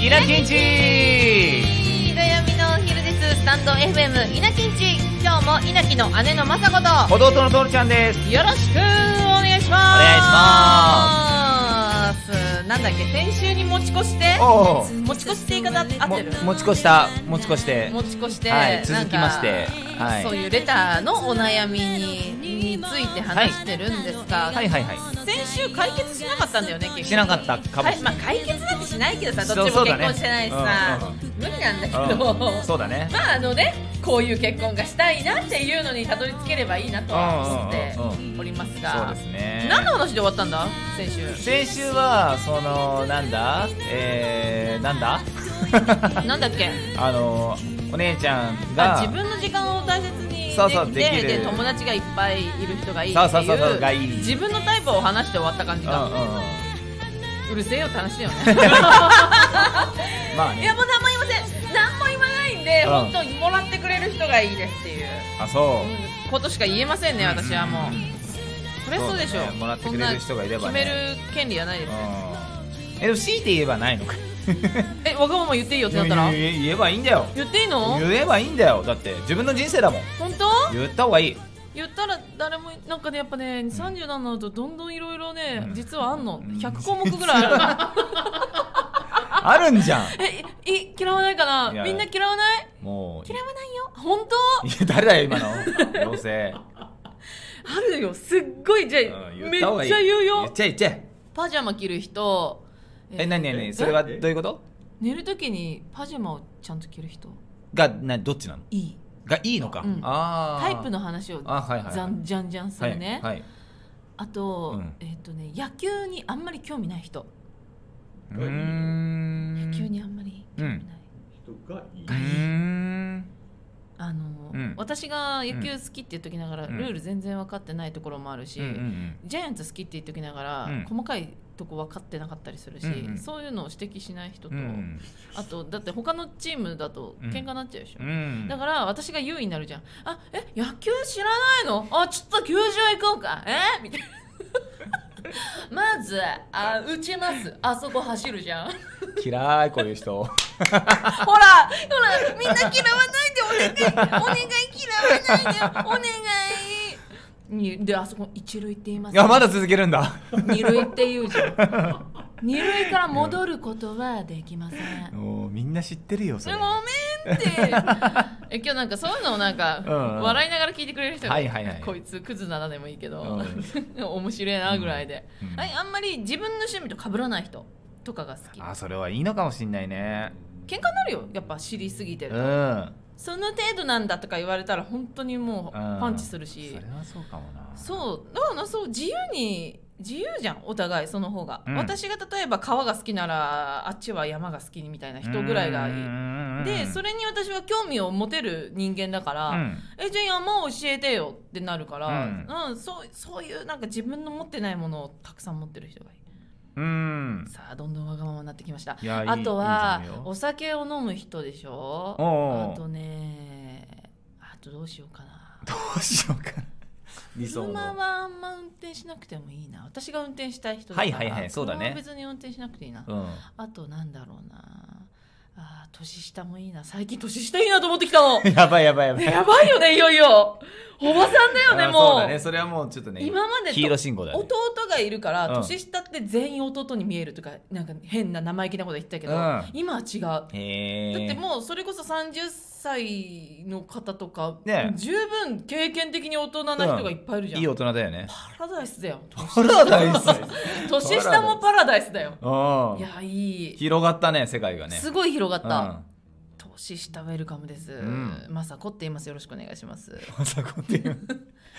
イナキンチ土曜日のお昼です。スタンド FM 稲きんち。今日も稲きの姉の雅子と弟のトールちゃんですよろしくお願いします。お。願いしますなんだっけ先週に持ち越しておお持ち越して言い方合ってる？持ち越した持ち越して持ち越して、はい続きましてなんかはいそういうレターのお悩みにについて話してるんですが、はいはいはい先週解決しなかったんだよね結局しなかったかもはいまあ、解決なんてしないけどさそうどっちもそうだ結ね婚してないしさ、無理なんだけど、うんそうだねまああのねこういう結婚がしたいなっていうのにたどり着ければいいなとは思っておりますそうが、ですね何の話で終わったんだ先週先週はそのなんだえー、なん だなんだっけあのお姉ちゃんあが自分の時間を大切にできてそうそうできるで友達がいっぱいいる人がいいってそいうそうそうそうがいい自分のタイプを話して終わった感じうんが、うんうんうるせえよ楽しいよ ねまあいねやもう何も言いません何も言わないんで、うん本当にもらってくれる人がいいですっていうあそう、ことしか言えませんね私はもうそれはそうでしそょうだねもらってくれる人がいればねこんな決める権利はないですうんえでも強いて言えばないのかえわがまま言っていいよってなったら言え言えばいいんだよ言っていいの言えばいいんだよだって自分の人生だもん本当言った方がいい言ったら誰もなんかねやっぱね37になるとどんどんいろいろねうん実はあんの100項目ぐらいああるんじゃんる えいい嫌わないかいなやみんな嫌わないもう嫌わないよ本当いや誰だよ今の妖精、あるよすっごいじゃあうん、言めっっちたゃ方がいい言う言よっちゃえ言っちゃえパジャマ着る人え何何何それはどういうこと寝るときにパジャマをちゃんと着る人がなどっちなのいいがいいのか、うんああタイプの話をあはいはいはいざんじゃんじゃんすはるい、ね、はいあと、うんえっ、とね野球にあんまり興味ない人うーん野球にあんまり興味ない、人がいいうーんあの、うん私が野球好きって言っときながら、うんルール全然分かってないところもあるし、うんうんジャイアンツ好きって言っときながら、うん細かいとこ分かってなかったりするし、うんうんそういうのを指摘しない人と、うんうんあとだって他のチームだと喧嘩になっちゃうでしょ、うんだから私が優位になるじゃん「あえ野球知らないのあちょっと球場行こうかえみたいな まずあ打ちますあそこ走るじゃん嫌いこういう人ほらほらみんな嫌わないでお願いお願い嫌わないでお願いにであそこ一塁って言いますいやまだ続けるんだ二塁って言うじゃん二塁から戻ることはできませんもうみんな知ってるよそごれめんってえ今日なんかそういうのをなんかうんうん笑いながら聞いてくれる人が、はいはいはいこいつクズならでもいいけど、う面白いなぐらいで、うんうんはい、あんまり自分の趣味と被らない人とかが好きあそれはいいのかもしんないね喧嘩になるよやっぱ知りすぎてうる、んその程度なんだとか言われたら本当にもううんパンチするしそれはそうかもなそうだからなそう自由に自由じゃんお互いその方が、うん私が例えば川が好きならあっちは山が好きみたいな人ぐらいがいいでそれれに私は興味を持てる人間だから、うんえじゃあ山を教えてよってなるから、ううんそうそういうなんか自分の持ってないものをたくさん持ってる人がいいうんさあどんどんわがままになってきましたいやいいあとはいんいじゃないよお酒を飲む人でしょおうあとねあとどうしようかなどうしようかな理想車のはあんま運転しなくてもいいな私が運転したい人だからはいはいはいそうだね車は別に運転しなくていいな、うんあとなんだろうなあー年下もいいな最近年下いいなと思ってき たのやばいやばいやばいやばいよねいよいよおばさんだよねあもそううだねそれはもうちょっとね今までと黄色信号だね弟がいるからうん年下って全員弟に見えるとかなんか変な生意気なこと言ってたけど、うん今は違うだへえってもうそれこそ30歳の方とか、ねえ十分経験的に大人な人がいっぱいいるじゃん、いい大人だよねパラダイスだよパラダイス年下もパラダイスだようんいやいい、広がったね世界がねすごい広がった、うん年下ウェルカムです。んまさこって言います。よろしくお願いします。まさこっていう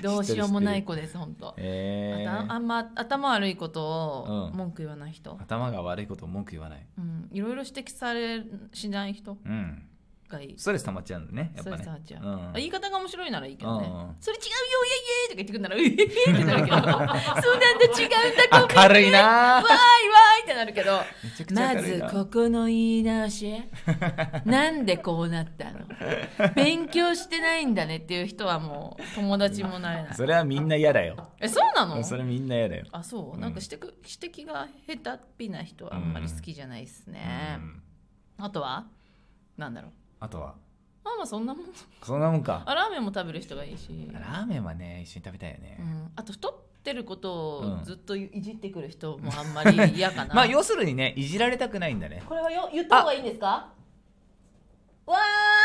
どうしようもない子です。本当。へえあたあんま頭悪いことをうん文句言わない人。頭が悪いことを文句言わないうん、いろいろ指摘されしない人うんがいい。ストレス溜まっちゃうんだねやっそぱうねですあーちゃんうんあ言い方が面白いならいいけどね。うんうんそれ違うよイエイイエイとか言ってくるならうえへへってなる けど。そうなんだ違うんだごめん。明るいなわーいわーいってなるけど。めちゃくちゃま明るいずなここの言い直しなんでこうなったの勉強してないんだねっていう人はもう友達もなれないそれはみんな嫌だよえそうなのそれみんな嫌だよあそう、うんなんか指摘指摘が下手っぴな人はあんまり好きじゃないですね、うんあとはなんだろうあとはあまあそんなもんそんなもんかあラーメンも食べる人がいいし、ラーメンはね一緒に食べたいよね、うん、あと太ってることうをんずっといじってくる人もあんま り嫌かなまあ要するにねいじられたくないんだ ねこれはよ言った方がいいんですかわあ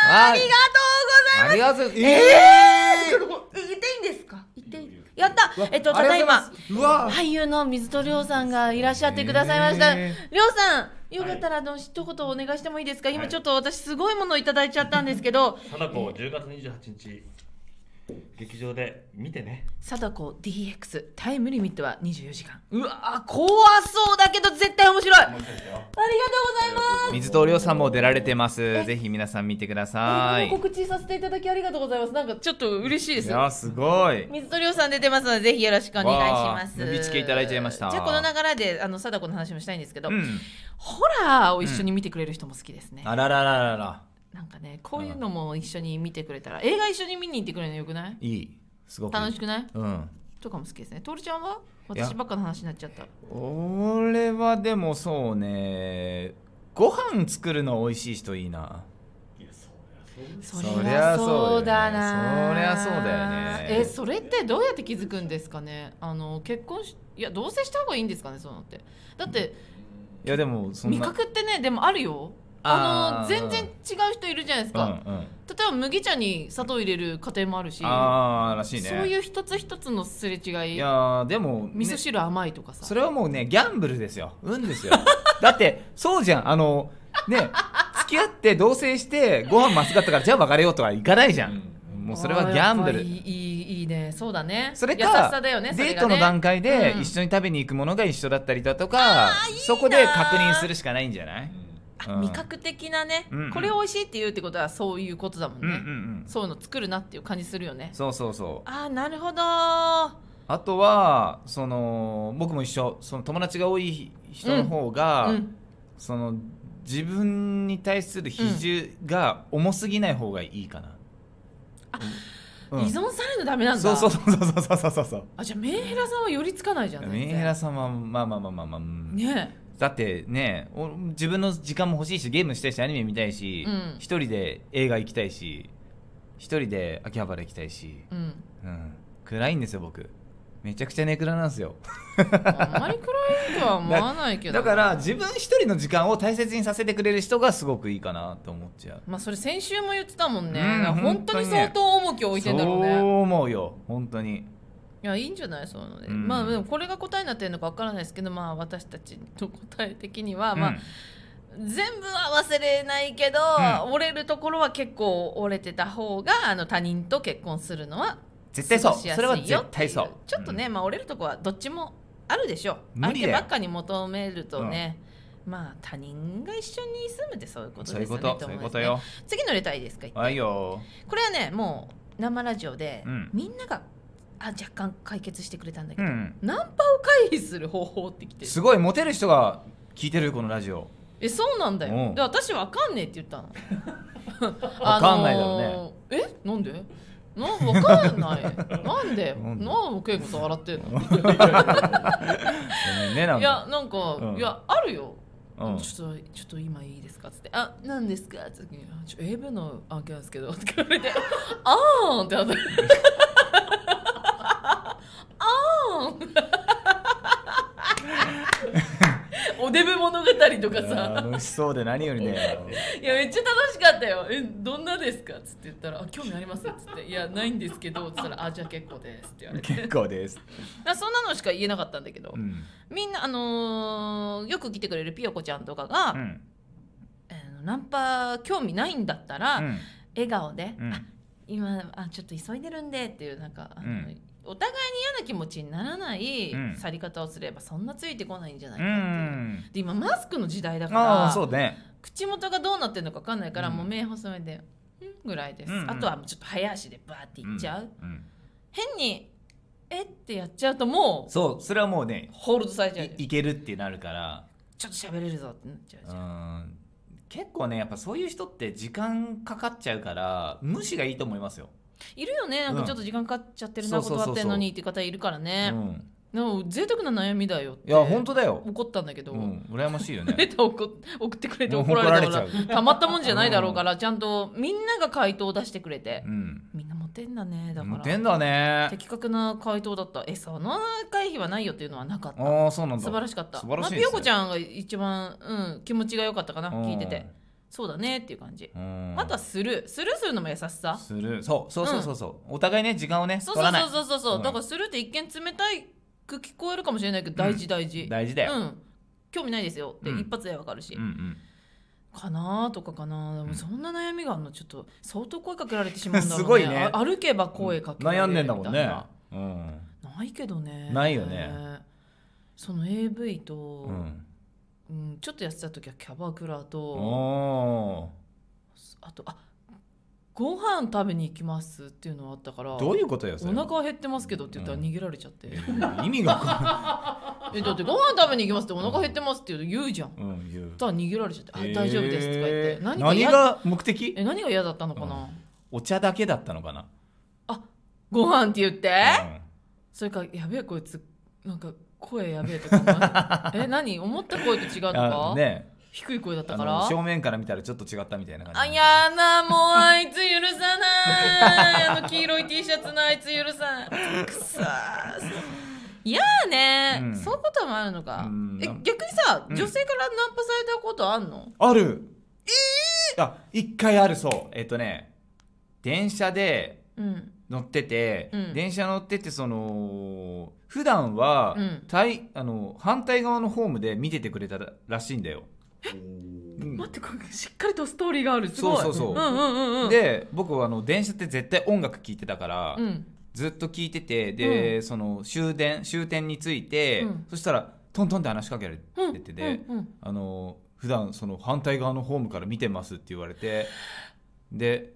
あありがとうございまありがとすうええー、言っていいんですか言っていいやったえっとただいまうわ俳優の水戸亮さんがいらっしゃってくださいました。え亮さん、よかったらあの一言お願いしてもいいですか。今はいちょっと私すごいものをいただいちゃったんですけ ど、貞子10月28日劇場で見てね貞子 DX タイムリミットは24時間。うわー怖そうだけど絶対面白い。ありがとうございます。水戸亮さんも出られてますぜひ皆さん見てください告知させていただきありがとうございます。なんかちょっと嬉しいでいす。やすごい水戸亮さん出てますのでぜひよろしくお願いしまわす。あ見つけいただいちゃいましたじゃあこの流れであの貞子の話もしたいんですけど、うんホラーを一緒に見てくれる人も好きですね。あらららららなんかねこういうのも一緒に見てくれたら映画一緒に見に行ってくれるのよくないいいすごく楽しくないうんとかも好きですねトールちゃんはいや私ばっかの話になっちゃった俺はでもそうねご飯作るの美味しい人いいないやそうやそれはそうだなそりゃそうだよねえそれってどうやって気づくんですかねあの結婚しいや同棲した方がいいんですかねそういうのってだっていやでもそんな味覚ってねでもあるよあーあの全然違う人いるじゃないですうんうか、ん例えば麦茶に砂糖入れる家庭もあるしああらしいねそういう一つ一つのすれ違いいやーでもね味噌汁甘いとかさそれはもうねギャンブルですよ運です よだってそうじゃんあのね付き合って同棲してご飯まずかったからじゃあ別れようとはいかないじゃん、もうそれはギャンブあーやっぱいルいいいいいねそうだねそれ優しかさだよねデートの段階階でうん一緒に食べに行くものが一緒だったりだとか、そこで確認するしかないんじゃない、うん味覚的なね、うんうんこれ美味しいって言うってことはそういうことだもんね、うんうんうんそういうの作るなっていう感じするよねそうそうそうあーなるほどああとはその僕も一緒その友達が多い人の方が、うんその自分に対する比重が重すぎない方がいいかな、うん依存されるのダメなんだそうそうそうそうそうそうそうそうあじゃあメンヘラさんは寄りつかないじゃん全然メンヘラ様まあまあまあまあまあ、うんねだってねお自分の時間も欲しいしゲームしたいしアニメ見たいしうん一、人で映画行きたいし一人で秋葉原行きたいし、えうんうん、暗いんですよ僕めちゃくちゃネクラなんですよあんまり暗いとは思わないけどだから自分一人の時間を大切にさせてくれる人がすごくいいかなと思っちゃうまあそれ先週も言ってたもんね、うん本当に相当重きを置いてんだろうねそう思うよ本当にいやいいんじゃないそういうので、うんまあでもこれが答えになってるのかわからないですけどまあ私たちの答え的には、まあ全部は忘れないけど、うん折れるところは結構折れてた方があの他人と結婚するのは絶対そう過ごしやすそいれよは絶っていう対そうちょっとね、うんまあ折れるとこはどっちもあるでしょう無相理手だよばっかに求めるとね、まあ他人が一緒に住むってそういうことそういでうすよこねととそうい思うまこすとねよ次のレターいいですかあいよこれはねもう生ラジオで、うんみんながあ若干解決してくれたんだけうど、んナンパを回避する方法ってきてるすごいモテる人が聞いてるこのラジオえそうなんだうよんで私わかんねえって言った のわかんないだろうねあのーえなんでなわかんないなんでななんんでで稽古さん笑ってんのごめんねなんいかやなんか、うんいやあるよ、うんちょっとちょっと今いいですかっつって「あなんですか?」って時にあちょ AV の案件なんですけど」って言われて「あーん」ってなったあーん」おデブ物語とかいさや楽しそうで何よりね いやめっちゃ楽しかったよ「えどんなですか?」っつって言ったら「あ興味あります」っつって「いやないんですけど」っつったら「あじゃあ結構です」って言われて 結構です、あそんなのしか言えなかったんだけど、うんみんなあのーよく来てくれるピヨコちゃんとかが、うんあのナンパ興味ないんだったら、うん笑顔で「うんあ今あちょっと急いでるんで」っていうなんかあの、うんお互いに嫌な気持ちにならないうん去り方をすればそんなついてこないんじゃないうかっていう。んで今マスクの時代だかあらあそうね口元がどうなってるのか分かんないから、うんもう目細めで「うん」ぐらいです、うんうんあとはもうちょっと早足でバーっていっちゃう、んん変に「えっ?」てやっちゃうともうそうそれはもうねホールドされちゃうじゃんいいけるってなるからちょっと喋れるぞってなっちゃううじゃん、ん結構ねやっぱそういう人って時間かかっちゃうから無視がいいと思いますよ、いるよねなんかちょっと時間かかっちゃってるな、うん断ってんのにっていう方いるからうね、ん、でも贅沢な悩みだよっいてや本当だよ、怒ったんだけど、 うん、羨ましいよレねター送送ってくれてもう怒られた怒かられらたまったもんじゃないだろうからちゃんとみんなが回答を出してくれてう、んみんなモテんだねだかモらテんだね的確な回答だったえその回避はないよっていうのはなかったああそうなんだ素晴らしかった素晴らしいでまあ、すピねヨコちゃんが一番、うん、気持ちが良かったかな聞いててそうだねっていう感じ、うんあとはスルースルーするのも優しさするそうそうそうそうそう、お互いね時間をねそう取そらうないそうそうそう、うんだからスルーって一見冷たく聞こえるかもしれないけど大事大事、うん大事だよ、興味ないですよってうん一発でわかるし、うんうんかなーとかかなーでうもんそんな悩みがあるのちょっと相当声かけられてしまうんだろ すうねごいねあ歩けば声かけられ悩るんみたでいんなだもんねうん、ないけどねないよねその AV と、うん、うんちょっとやってた時はキャバクラおとおあとあご飯食べに行きますっていうのはあったからーどういうことよそおれ腹は減ってますけどって言ったらうん逃げられちゃって、意味がわかえだってご飯食べに行きますってお腹減ってますって言うと言うじゃん、んない、うん、言うたら逃げられちゃって、あ大丈夫ですとか言ってえー何が嫌が目的え何が嫌だったのかな、うお茶だけだったのかなご飯って言って、うんそれかやべえこいつなんか声やべえとか え何思った声と違うのかあ、ね低い声だったあかのら正面から見たらちょっと違ったみたいな感じあやだもうあいつ許さ ないあの黄色い T シャツのあいつ許さないくそーいやーね、うんそういうこともあるのか、うんえ逆にさ、うん女性からナンパされたことあんのあるえあ一回あるそうえっとね電車でうん乗ってて、うん電車乗っててその普段は、うん対あの反対側のホームで見ててくれたららしいんだよ、うん待ってこれしっかりとストーリーがあるすごそいうそうそう、うんうんうんうんで僕はあの電車って絶対音楽聴いてたから、うんずっと聴いててで、うその終電終点について、うんそしたらトントンって話しかけられうんててで、うんうんあの普段その反対側のホームから見てますって言われてで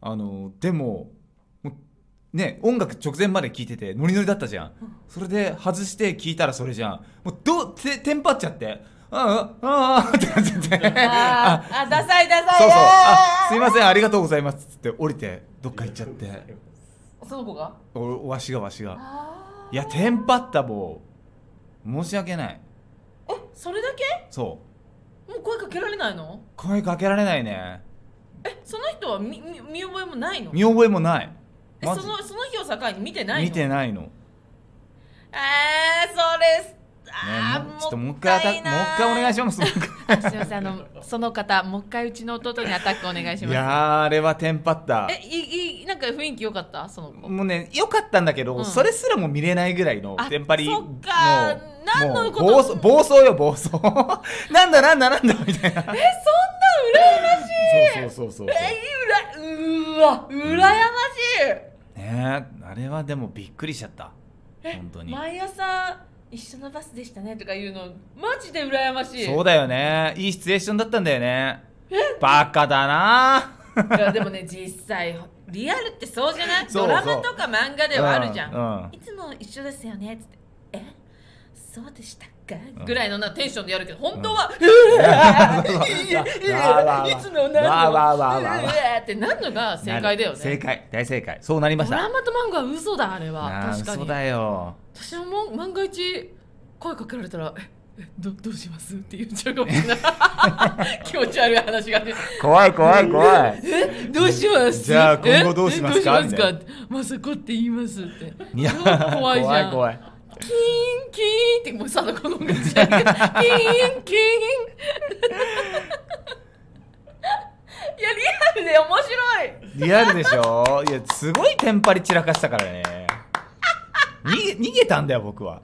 あのでももうね音楽直前まで聞いててノリノリだったじゃんそれで外して聞いたらそれじゃんもうどうてテンパっちゃってああああってなっちゃってああーあダサいダサいそうそうああすいませんありがとうございますっつって降りてどっか行っちゃってーその子がおわしがわしがあいやテンパったもう申し訳ないーえそれだけそうもう声かけられないの声かけられないねえその人は見見見覚えもないの見覚えもないえマそジのその日を境に見てないの見てないの、ね、えー、それあーもうちょっとももうっ一た回いアタックもう一回お願いし ますもう一回ますすいません あのその方もう一回うちの弟にアタックお願いしいまやーあれはテンパったすえいいいなんか雰囲気良かったその子もうね良かったんだけど、うんそれすらも見れないぐらいのあテンパりそっかもう何のこともう暴走暴走よ暴走 なんだなんだなんだみたいなえそんな羨ましいそうそうそうそう、えー、うらうーわ羨ましねえあれはでもびっくりしちゃった本当いに毎朝一緒のバスでしたねとか言うのマジで羨ましいそうだよねいいシチュエーションだったんだよねバカだないやでもね実際リアルってそうじゃないそうそうドラマとか漫画ではあるじゃん、うんうんいつも一緒ですよねっつってえそうでしたか、ぐらいのなテンションでやるけど本当 は、うわーいやわーわーわーいつの何のわーわーわーわーうわーってなんのが正解だよね正解大正解そうなりましドたラマと漫画は嘘だあれあはあ確かそうにだよ私ももう万が一声かけられたらええどどうしますって言っちゃうかもしれない 気持ち悪い話がね怖い怖い怖 いえどうしますじゃあ今後どうしますかええどうしますみかまさこって言いますっていや怖いじゃん怖い怖いキーンキーンってもう貞子の音楽じゃんキーンキーンいやリアルで面白いリアルでしょいやすごいテンパり散らかしたからね逃げ逃げたんだよ僕は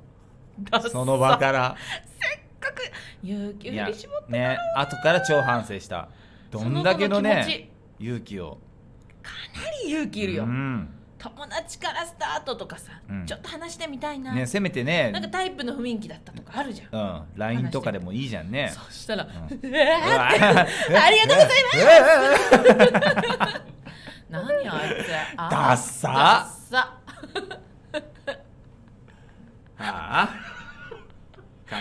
ダッサその場からせっかく勇気い振やり絞ってね後から超反省したどんだけのその子の気持ね勇気を勇気いるよ、うん友達からスタートとかさ、うんちょっと話してみたいな、ねせめてなんかねタイプの雰囲気だったとかあるじゃうん、ん LINE とかでもいいじゃんねそしたら、ん うわーありがとありがとうございますます何あいつあーダッサダッサああ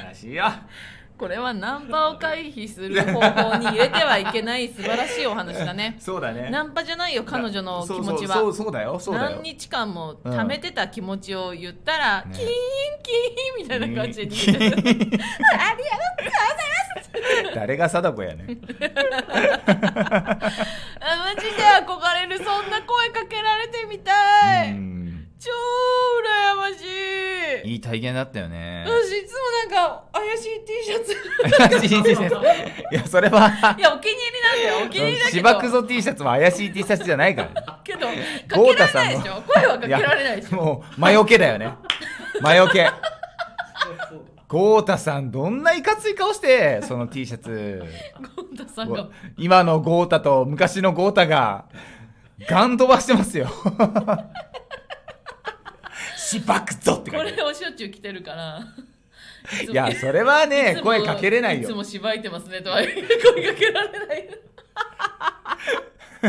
悲しいよこれはナンパを回避する方法に入れてはいけない素晴らしいお話だねそうだねナンパじゃないよ彼女の気持ちはそうそうそうそうだよそうだよ何日間も溜めてた気持ちを言ったら、ねキーンキーンみたいな感じに、キーンありがとうございます誰が貞子やねんあマジで憧れるそんな声かけられてみたい、うん超羨ましいいい体験だったよね私いつもなんか怪しい T シャツ怪し い T シャツいやそれはいやお気に入りなんだよお気に入りだけど芝くぞ T シャツも怪しい T シャツじゃない からけどかけられないでしょ声はかけられないでしょやもう魔除けだよね魔除 け豪太さんどんないかつい顔してその T シャツゴンタさんが今の豪太と昔の豪太がガン飛ばして ますよしばくぞってこ感じれをしょっちゅう着てるからいつもいやそれはいねつも声かけれないいつよもしばいてますねとは言え声かけられない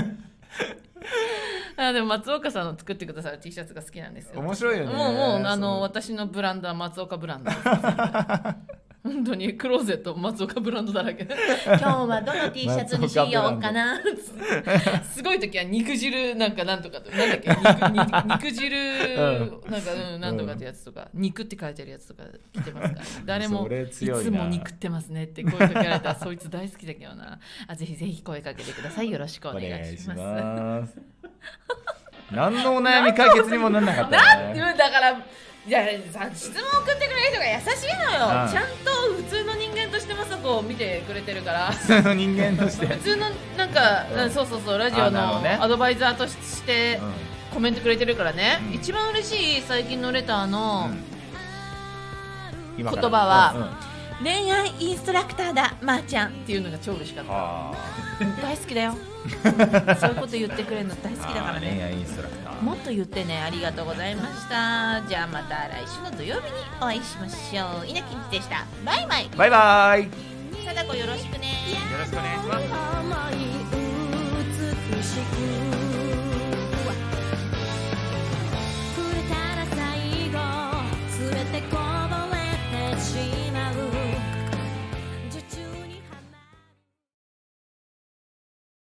あでも松岡さんの作ってくださる T シャツが好きなんですよ面白いよねもうもうあのそう私のブランドは松岡ブランドです本当にクローゼット松岡ブランドだらけ今日はどの T シャツにしようかな すごい時は肉汁なんかなんとかとなんだっけ肉肉肉汁なんかうんなんとかってやつとか肉って書いてあるやつとか着てますから 誰もそれいつ強いなも肉ってますねって声かけられたらそいつ大好きだけどな あぜひぜひ声かけてくださいよろしくおお願い願いししますます何のお悩み解決にもなんなかったなねんでだからいやさ質問送ってくれる人が優しいのよ、うんちゃんと普通の人間としてまさこを見てくれてるから普通の 人間として、うん普通のなんか、うんうんそうそうそうラジオあなるほどねのアドバイザーとしてコメントくれてるからね、一番嬉しい最近のレターの、今から言葉はうんうん恋愛インストラクターだまー、ちゃんっていうのが超嬉しかったあ大好き だよそういうこと言ってくれるの大好きだからー恋ね愛インストラクターもっと言ってねありがとうございましたじゃあまた来週の土曜日にお会いしましょう稲木んちでしたバイバイバイバイ貞子よろしくねよろしくお願いします甘い美しく触れたら最後全てこぼれてしまう